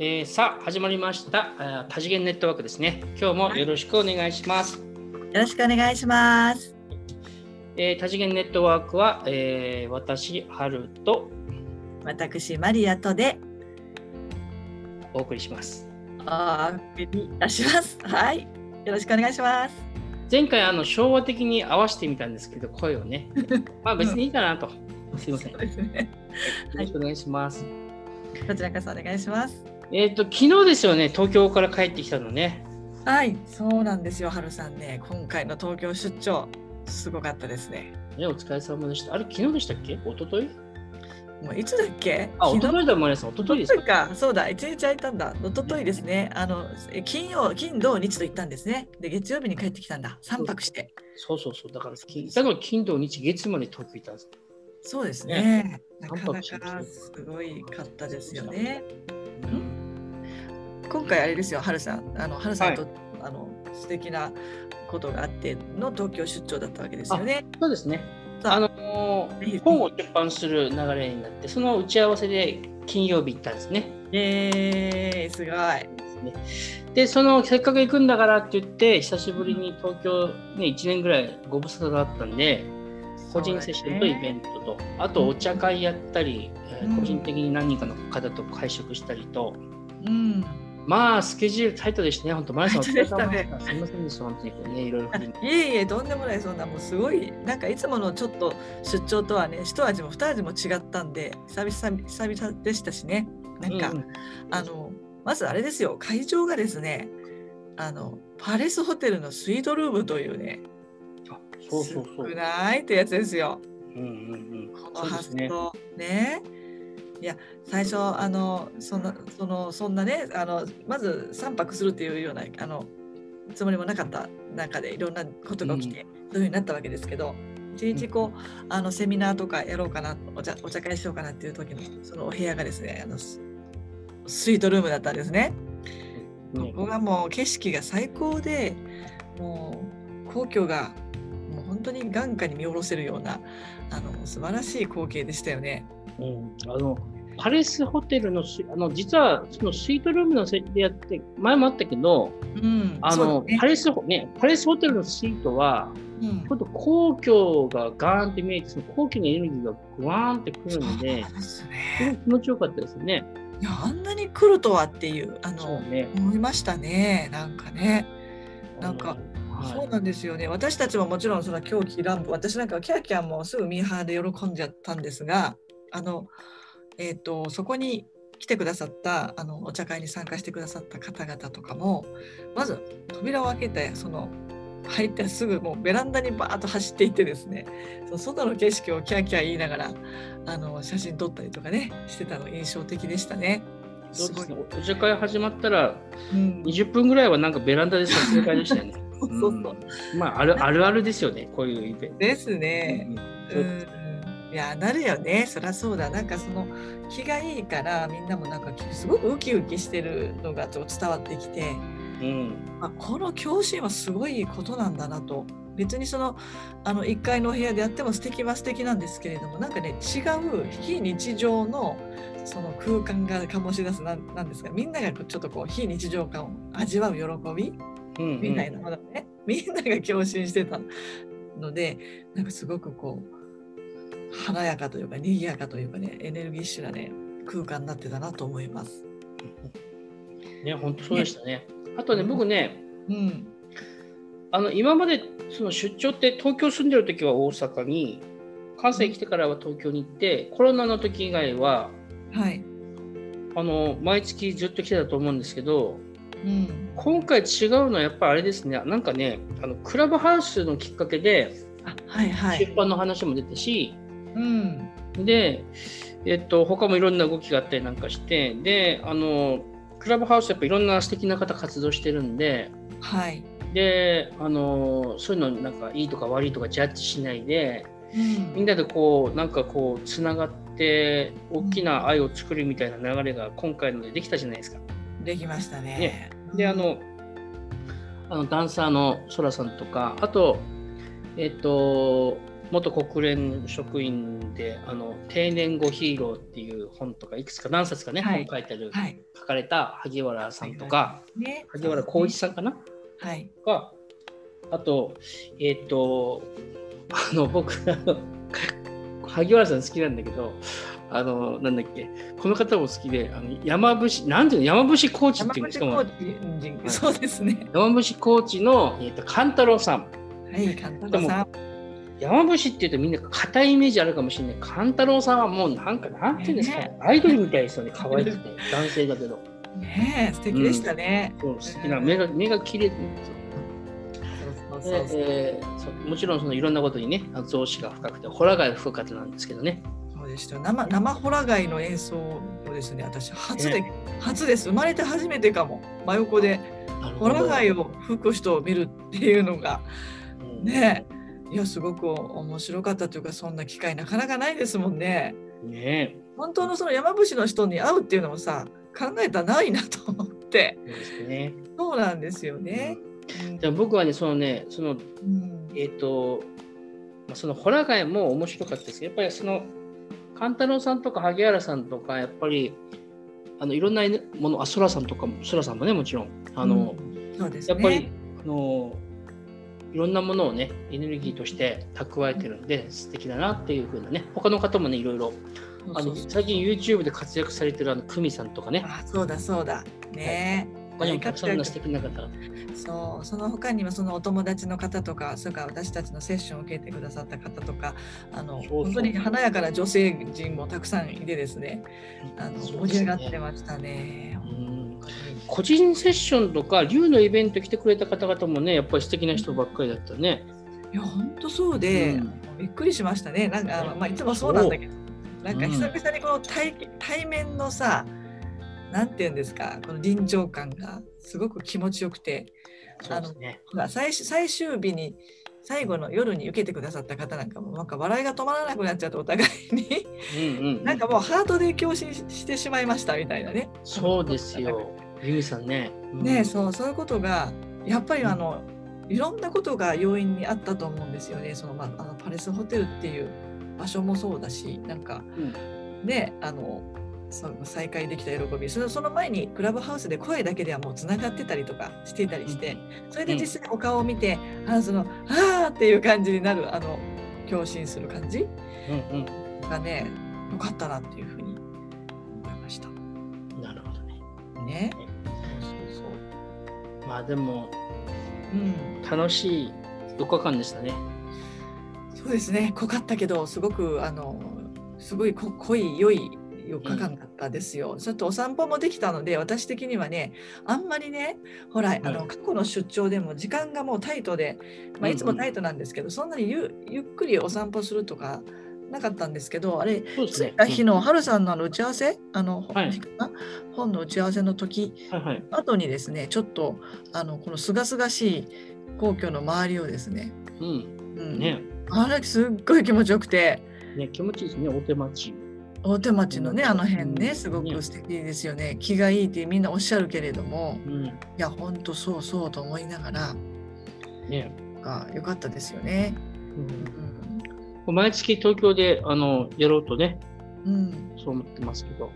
えーさあ始まりましたあー多次元ネットワークですね今日もよろしくお願いします、よろしくお願いします。えー多次元ネットワークは、えー私春と私マリアとでお送りしますお送りいたします。はい、よろしくお願いします。前回あの昭和的に合わせてみたんですけど声を ねまあ別にいいかなと、すいませんよそうですね。ろしくお願いします、こちらこそお願いします。えっ、と昨日ですよね東京から帰ってきたのねはい、そうなんですよ。はるさんね、今回の東京出張すごかったですね。ねお疲れ様でしたあれ昨日でしたっけ一昨日もういつだっけ？あ一昨昨日だもんね一昨日です日か。そうだ、一日空いたんだ。一昨日ですね。あのえ金曜、金土日と行ったんですね。で月曜日に帰ってきたんだ。三泊して。そうそうそうだからきだから金土日月まで東京行ったんですそうですね。なか三な泊してかすごいかったですよね。今回あれですよ、はるさん、あのはるさんと、あの素敵なことがあっての東京出張だったわけですよね。そうですね。そうあのーぜひ本を出版する流れになって、その打ち合わせで金曜日行ったんですね。えー、すごい。で、そのせっかく行くんだからって言って、久しぶりに東京ね、1年ぐらいご無沙汰だったんで、個人セッションとイベントと、あとお茶会やったり、えーうん個人的に何人かの方と会食したりと、うん。まあ、スケジュールタイトでしたね、本当、マリさん、お疲タイトれ様でしたでねした。すみませんでした、本当にね、いろいろ振り回していえいえ、とんでもない、そんな、もうすごい、なんかいつものちょっと出張とはね、一味も二味も違ったんで、久々久々でしたしね。なんか、うんうんあの、まずあれですよ、会場がですね、あの、パレスホテルのスイートルームというね、あそうそうそう。少ないってやつですよ。うんうんうん。このそうで発すね。想ねいや最初あのそんなそのそんなねあのまず3泊するっていうようなあのつもりもなかった中でいろんなことが起きて、そういうふうになったわけですけど一日こうあのセミナーとかやろうかなお茶お茶会しようかなっていう時のそのお部屋がですねあのススイートルームだったんですね。ここがもう景色が最高でもう皇居がもう本当に眼下に見下ろせるようなあの素晴らしい光景でしたよね。うん、あのパレスホテルのしあの実はそのスイートルームの設定やって前もあったけどうん、あの、そうだねパレスホねパレスホテルのスイートはうんちょっと皇居がガーンって見えてその皇居のエネルギーがグワーンってくるんでそうですすごねい気持ちよかったですね。いやあんなに来るとはっていうあそうのね。思いましたねなんかね。なんかあの、そうはなんですよね私たちももちろんその狂気乱舞私なんかはキャーキャーもうすぐミーハーで喜んじゃったんですがあの、えー、とそこに来てくださったあのお茶会に参加してくださった方々とかもまず扉を開けてその入ってすぐもうベランダにバーッと走っていってですねその外の景色をキャーキャー言いながらあの写真撮ったりとかねしてたの印象的でしたね。い、そうですすごいね。お茶会始まったらうん20分ぐらいはなんかベランダで撮影会でしたよね。 そうそうそううんまああるあるあるですよねこういうイベント。ですね。うんそううですんいやなるよねそりゃそうだなんかその気がいいからみんなもなんかすごくウキウキしてるのがちょっと伝わってきて、うんあ、この教師はすごいことなんだなと別にそのあの1階のお部屋であっても素敵は素敵なんですけれどもなんかね違う非日常のその空間が醸し出すなんなんですかみんながちょっとこう非日常感を味わう喜びうんうんみたいなものね、 みんなが共振してたのでなんかすごくこう華やかというか賑やかというかねエネルギッシュなね空間になってたなと思います。ね、本当そうでしたね。あとね、僕ね、うん、あの今までその出張って東京住んでる時は大阪に、関西来てからは東京に行って、コロナの時以外ははい、あの毎月ずっと来てたと思うんですけど、うん、今回違うのはやっぱあれですね。なんかね、あのクラブハウスのきっかけであはいは出い、版の話も出たし、うん、で、えっと他もいろんな動きがあったりなんかして、で、あのクラブハウスやっぱいろんな素敵な方活動してるんで。はい、であのそういうのなんかいいとか悪いとかジャッジしないでうんみんなでこうなんかこうつながって大きな愛を作るみたいな流れが今回のでできたじゃないですか。できましたね。ねであのあのダンサーのそらさんとかあとえっと元国連職員で「あの定年後ヒーロー」っていう本とかいくつか何冊かね、はい本書いてある、はい。書かれた萩原さんとか、ね。萩原浩一さんかなはい。とかあとえっ、とあの僕あの萩原さん好きなんだけどあのなんだっけこの方も好きであの山伏なんていうの山伏コーチっ山ていうんです口かコもうーはいチ。そうですね。山伏コーチの、えー、と勘太郎さんはい。簡単さん。山伏っていうとみんな硬いイメージあるかもしれない勘太郎さんはもうなんかなんていうんですか、ねアイドルみたいですよね可愛くて男性だけどねえ素敵でしたね。そう好きな目が目が綺麗なんですよでそうそうそうえーそうもちろんそのいろんなことにねあの造詞が深くてホラガイ深かったなんですけどねそうでしたよ生生ホラ貝の演奏をですね私初で、初です生まれて初めてかも真横でなるホラ貝を吹く人を見るっていうのがねいやすごく面白かったというかそんな機会なかなかないですもんねえね本当のその山伏の人に会うっていうのもさ考えたらないなと思ってえそうですねそうなんですよね。うんでも僕はねそのねそのうんえっ、と、まあ、そのホラガイも面白かったですけどやっぱりその勘太郎さんとか萩原さんとかやっぱりあのいろんなものあそらさんとかもそらさんもねもちろんあの、うんそうですやっぱり、ねあのいろんなものをねエネルギーとして蓄えてるんで素敵だなっていう風なね他の方もねいろいろあそうのそうそう最近 YouTube で活躍されてるあの久美さんとかねあそうだそうだね、他にもたくさんの素敵な方がそうその他にはそのお友達の方とかそれから私たちのセッションを受けてくださった方とかあそのうそう本当に華やかな女性陣もたくさんいてですねあのそうで盛りす上ねがってましたね。うん個人セッションとか龍のイベント来てくれた方々もねやっぱり素敵な人ばっかりだったね。いや本当そうで、うんびっくりしましたねなんかあの、まあ、いつもそうなんだけどなんか久々にこの対対面のさなんて言うんですかこの臨場感がすごく気持ちよくてそうですね。ほら最終最終日に最後の夜に受けてくださった方なんかもなんか笑いが止まらなくなっちゃってお互いにうんうん、なんかもうハートで共振してしまいましたみたいなね。そうですよ。由美さんね。ねうんそうそういうことがやっぱりあのいろんなことが要因にあったと思うんですよねその、まあ、あのパレスホテルっていう場所もそうだしなんか、ねあのそう再会できた喜びそれその前にクラブハウスで声だけではもうつながってたりとかしていたりして、それで実際お顔を見て、あその「あーっていう感じになるあの共振する感じうんがねよかったなっていうふうに思いました。うん。なるほどね。ね、まあでもうん楽しい4日間でしたね。そうですね濃かったけどすごくあのすごいこ濃い良い4日間だったですよ、ちょっとお散歩もできたので私的にはねあんまりねほら、あの過去の出張でも時間がもうタイトで、まあ、いつもタイトなんですけど、そんなにゆゆっくりお散歩するとかなかったんですけどあれそうです着いね。た日の春さんのあの打ち合わせあの、はい日かな本の打ち合わせの時うんはいはい。後にですねちょっとあのこのすがすがしい皇居の周りをですね、うん。うん、ねあれすっごい気持ちよくてね気持ちいいですね大手町。大手町のねあの辺うねんすごく素敵ですよね気がいいってみんなおっしゃるけれどもうん。いやほんとそうそうと思いながらね。あ良かったですよね。うんうん毎月東京であのやろうとねうん、そう思ってますけど。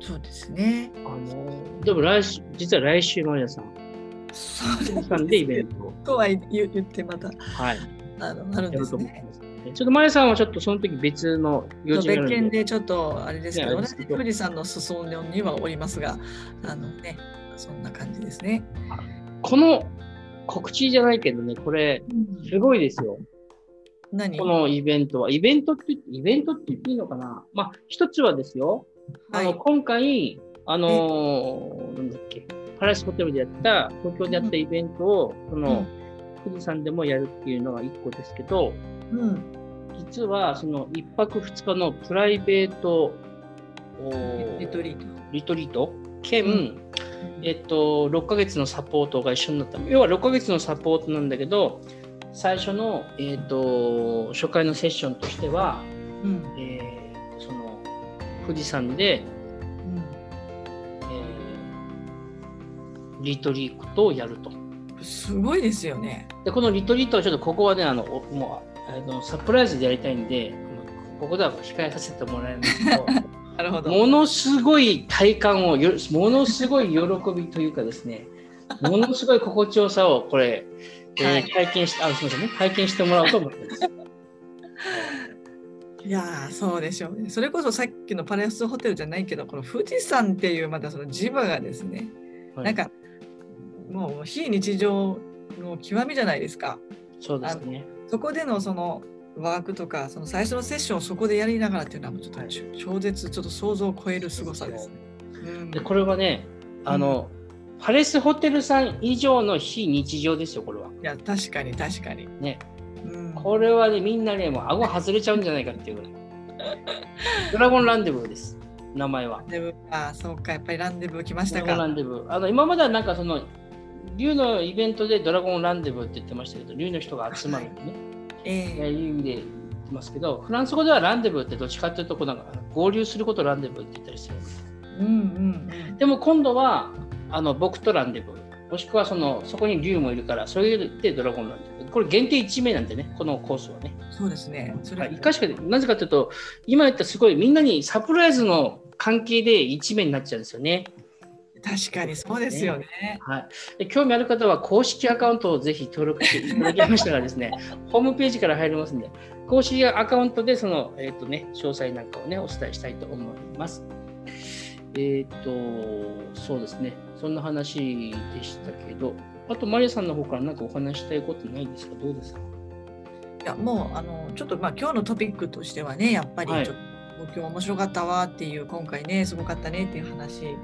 そうですね。あのでも来週実は来週の皆さんそう皆さんでイベントを、とは言言ってまたはい、あのあるやんでるすと思ってね。ます。ちょっとマヤさんはちょっとその時別の用別事がある件んで、でちょっとあれですけねあど、れでねすけ、ど富士山の裾野にはおりますが、あのね、そんな感じですね。この告知じゃないけどね、これ、すごいですよ。何このイベントは。イベントって、イベントって言っていいのかなまあ、一つはですよ、はあのい、今回、あのーなんだっけ、パラスホテルでやった、東京でやったイベントを、その、富士山でもやるっていうのが一個ですけど、うん、実はその1泊2日のプライベートおリトリート。リトリート兼、うんえっと、6ヶ月のサポートが一緒になった要は6ヶ月のサポートなんだけど最初の、えっと、初回のセッションとしては、うん、えーその富士山で、えーリトリートをやるとうん、すごいですよね。でこのリトリートはちょっとここはねあのおもうあのサプライズでやりたいんでここでは控えさせてもらえないんですけどなる ほど。ものすごい体感をよものすごい喜びというかですねものすごい心地よさをこれ、えーはい体験してあすみませんね体験してもらおうと思ってます。いやーそうでしょうね。それこそさっきのパレスホテルじゃないけどこの富士山っていうまたその磁場がですね、はい なんかもう非日常の極みじゃないですか。そうですね。そこでのそのワークとかその最初のセッションをそこでやりながらっていうのはもうちょっとはい超絶ちょっと想像を超える凄さですね。うんでこれはねあの、パレスホテルさん以上の非日常ですよこれは。いや確かに確かに。ねうんこれはねみんなねもう顎外れちゃうんじゃないかっていうぐらい。ドラゴンランデブーです名前は。ランデブーあそうかやっぱりランデブー来ましドラたゴンラか。ンデブーあの今まではなんかその竜のイベントでドラゴンランデブーって言ってましたけど竜の人が集まるってね、いやええいう意味で言ってますけどフランス語ではランデブーってどっちかっていうとこうなんか合流することをランデブーって言ったりするうんうんうん。でも今度はあの僕とランデブーもしくはそのそこに竜もいるからそれでドラゴンランデブーこれ限定1名なんでねこのコースはねそうですね。それはい、一回しかでなぜかというと今言ったすごいみんなにサプライズの関係で1名になっちゃうんですよね。確かにそうですよね。はい、で興味ある方は公式アカウントをぜひ登録していただきましたらです ねホームページから入れますんで公式アカウントでその、えーとね、詳細なんかをねお伝えしたいと思います。えっ、とそうですねそんな話でしたけどあとマリアさんの方から何かお話したいことないですかどうですかいやもうあのちょっとまあ今日のトピックとしてはねやっぱりはいちょっと、今日面白かったわっていう今回ねすごかったねっていう話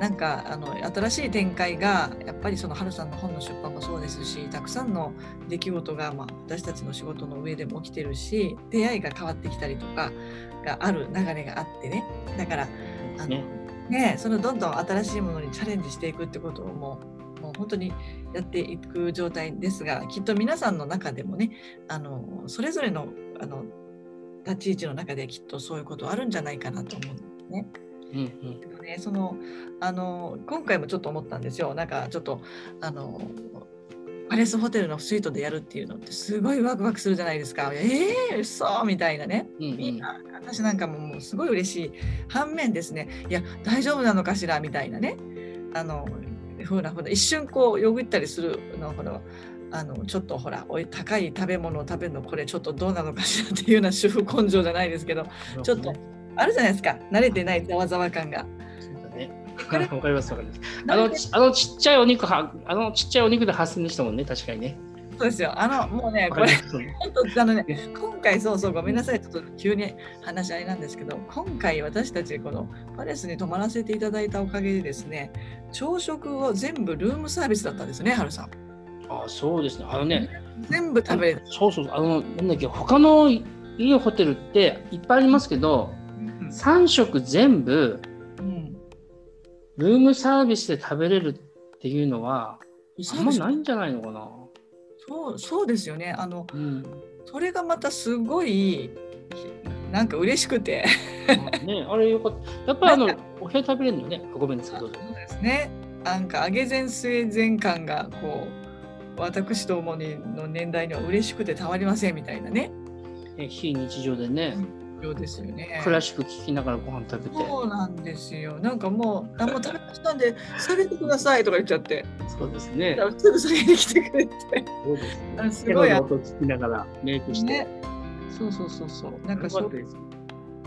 なんかあの新しい展開がやっぱりその春さんの本の出版もそうですしたくさんの出来事が、まあ、私たちの仕事の上でも起きてるし出会いが変わってきたりとかがある流れがあってねだからあのねね、そのどんどん新しいものにチャレンジしていくってことをもうもう本当にやっていく状態ですがきっと皆さんの中でもねあのそれぞれのあの立ち位置の中できっとそういうことあるんじゃないかなと思うんですね。うんうんけどねそのあの今回もちょっと思ったんですよなんかちょっとあのパレスホテルのスイートでやるっていうのってすごいワクワクするじゃないですか。えー、嘘みたいなね。うんいいな私なんかももうすごい嬉しい反面ですねいや大丈夫なのかしらみたいなねあのふうなふうな一瞬こうよぐったりするのほらあのちょっとほらおい高い食べ物を食べるのこれちょっとどうなのかしらっていうような主婦根性じゃないですけどうんちょっとあるじゃないですか慣れてないざわざわ感が。そうだね。 わかりますわかります。あのちあのちっちゃいお肉はあのちっちゃいお肉で発生でしたもんね確かにね。そうですよあのもうねわこかれります本当あのね今回そうそうごめんなさいちょっと急に話あれなんですけど今回私たちこのパレスに泊まらせていただいたおかげでですね朝食を全部ルームサービスだったんですねはるさんあそうですね。あのね、全部食べれた、そうそうあのなんだっけ他のいいホテルっていっぱいありますけど、3食全部うん、ルームサービスで食べれるっていうのはあんまないんじゃないのかな。そうそうですよねあのうん。それがまたすごいなんか嬉しくてね あれよかった。やっぱりあのなお部屋食べれるのね。あごめんなさいどうぞ。そうですね。なんか上げ前末前感がこう私どもにの年代には嬉しくてたまりませんみたいなね。ね非日常でね、ようですよね。クラシック聴きながらご飯食べて。そうなんですよ。なんかもう、あもう食べましたん で、下げてくださいとか言っちゃって、そうです ね。すぐ下げてきてくれて。そうですあすごいピアノの音聞きながらメイクして。ね、そうそうそうそう。なんかそようったです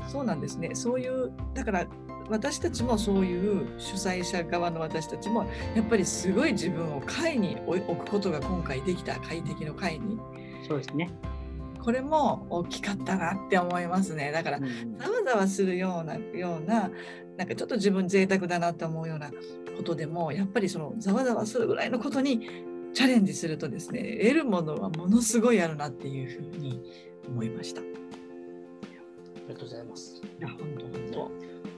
そうなんですね。そういう、だから私たちもそういう主催者側の私たちも、やっぱりすごい自分を会に置い置くことが今回できた、快適の会に。そうですね。これも大きかったなって思いますね。だからうんざわざわするようなようななんかちょっと自分贅沢だなって思うようなことでもやっぱりそのざわざわするぐらいのことにチャレンジするとですね得るものはものすごいあるなっていうふうに思いました。いありがとうございます。や本当本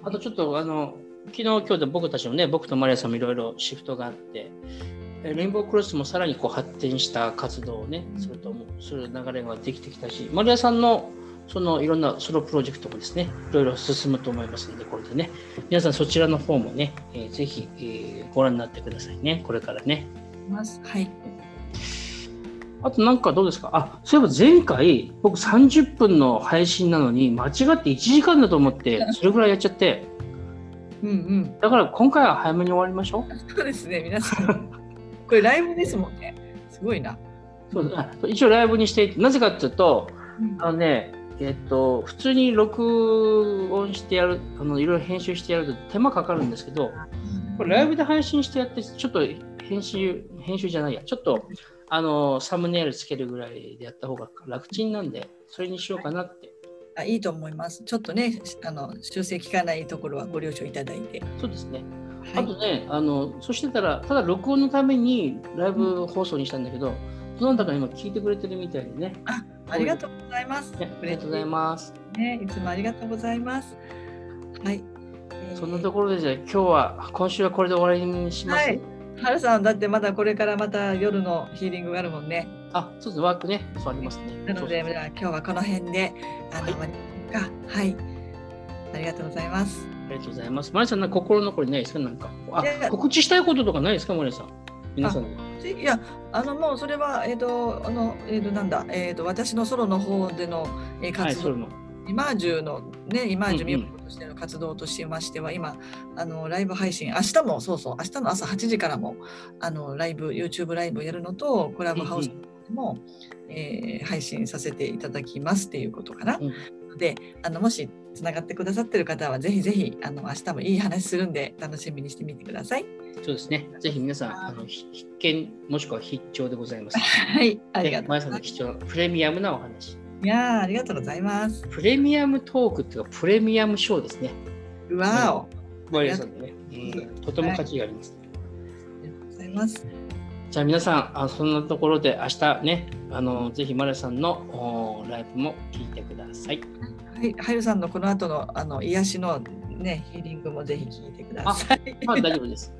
あとちょっとあの昨日今日で僕たちもね僕とマリアさんもいろいろシフトがあって。えレインボークロスもさらにこう発展した活動をね、すると思う、する流れができてきたし、マリアさんのそのいろんなソロプロジェクトもですね、いろいろ進むと思いますので、これでね、皆さんそちらの方もね、えーぜひ、えーご覧になってくださいね、これからね。当。ますはい。あとなんかどうですかあそういえば前回僕30分の配信なのに間違って1時間だと思ってそれぐらいやっちゃってうんうん。だから今回は早めに終わりましょうそうですね、皆さ ん。これライブですもんね。すごいな。そうですあ一応ライブにしてなぜかっていうとうんあのねえっと普通に録音してやるあのいろいろ編集してやると手間かかるんですけどこれライブで配信してやってちょっと編集編集じゃないやちょっとあのサムネイルつけるぐらいでやった方が楽ちんなんでそれにしようかなってあいいと思います。ちょっとね、あの修正効かないところはご了承いただいて。そうですねはあとね、あのそしてたらただ録音のためにライブ放送にしたんだけど、どなたか今聞いてくれてるみたいでねありがとうございます。ねありがとうございます、す。ね、いつもありがとうございます。はい。そんなところでじゃあ今日は今週はこれで終わりにします、はいろ。はるさんだってまだこれからまた夜のヒーリングがあるもんね。あそうですねワークねそうありますねなので、そうじそうゃあ今日はこの辺で、あの、ははい、か。はい。ありがとうございます。ありがとうございますマリさんなんか心残りないですかなんかあいやいや告知したいこととかないですかマリさん皆さんにでいやあのもうそれはえっ、とあのえっ、となんだえっ、と私のソロの方での、はえーい活そ動、れもイマージュのねイマージュうんミうんュージックとしての活動としましては、今あのライブ配信明日もそうそう明日の朝8時からもあのライブ YouTube ライブをやるのとクラブハウスも、えー配信させていただきますっていうことかな。うんであのもしつながってくださってる方はぜひぜひあの明日もいい話するんで楽しみにしてみてください。そうですねぜひ皆さんあのひ必見もしくは必聴でございますはい ありがでとうマござリいさんまの貴重なす。プレミアムなお話いやーありがとうございます。プレミアムトークっていうかプレミアムショーですね。うわお、マリアさんのね、うんとても価値があります、ありがとうございます。じゃあ皆さんあそんなところで明日ねあのぜひマリアさんのおーライブも聞いてください。はい、はゆさんのこの後のあの癒しのねヒーリングもぜひ聞いてください。まあ大丈夫です。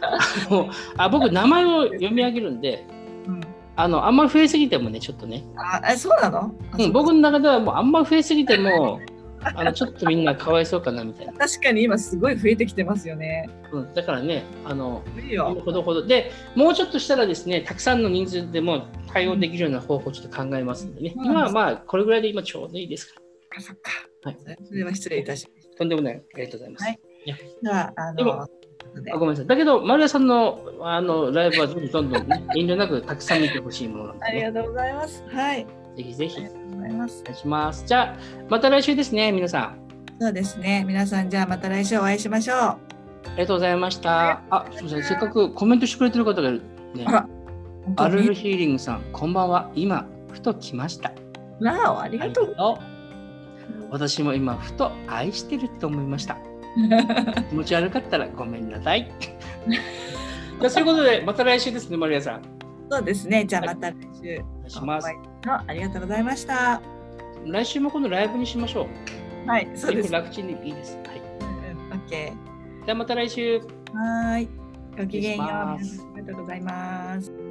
あのあ僕名前を読み上げるんでうん、あのあんまり増えすぎてもねちょっとね、あ、えそうなの？あうそん、う僕の中ではもうあんまり増えすぎてもあのちょっとみんなかわいそうかなみたいな。確かに今すごい増えてきてますよね。うん、だからねあのいいよ。ほどほどでもうちょっとしたらですねたくさんの人数でも対応できるような方法をちょっと考えますのでね、うん今はまあこれぐらいで今ちょうどいいですからあそっか。はいそれは失礼いたしましとんでもないありがとうございます、はいた。ではあでものあごめんなさいだけど丸谷さんのあのライブはどんどんどんどん、ね、遠慮なくたくさん見てほしいものなあんで、りね、がとうございます。はい、ぜひぜあひりがとうございますお。願いしますじゃあまた来週ですね皆さんそうですね。皆さんじゃあまた来週お会いしましょう。ありがとうございましたあすいませんせっかくコメントしてくれてる方がいるねあら本当アにルルヒーリングさんこんばんは今ふと来ましたわおありがとう。私も今ふと愛してると思いま した気持ち悪かったらごめんなさい。じゃあそういうことでまた来週ですね、マリアさん。そうですね。じゃあまた来週お願いします。のありがとうございました。来週も今度ライブにしましょう。はい、そうです。楽ちんでいいです。はい。うんオッケー。じゃあまた来週。はーい。ごきげんよう。失あ礼しますりがとうございます。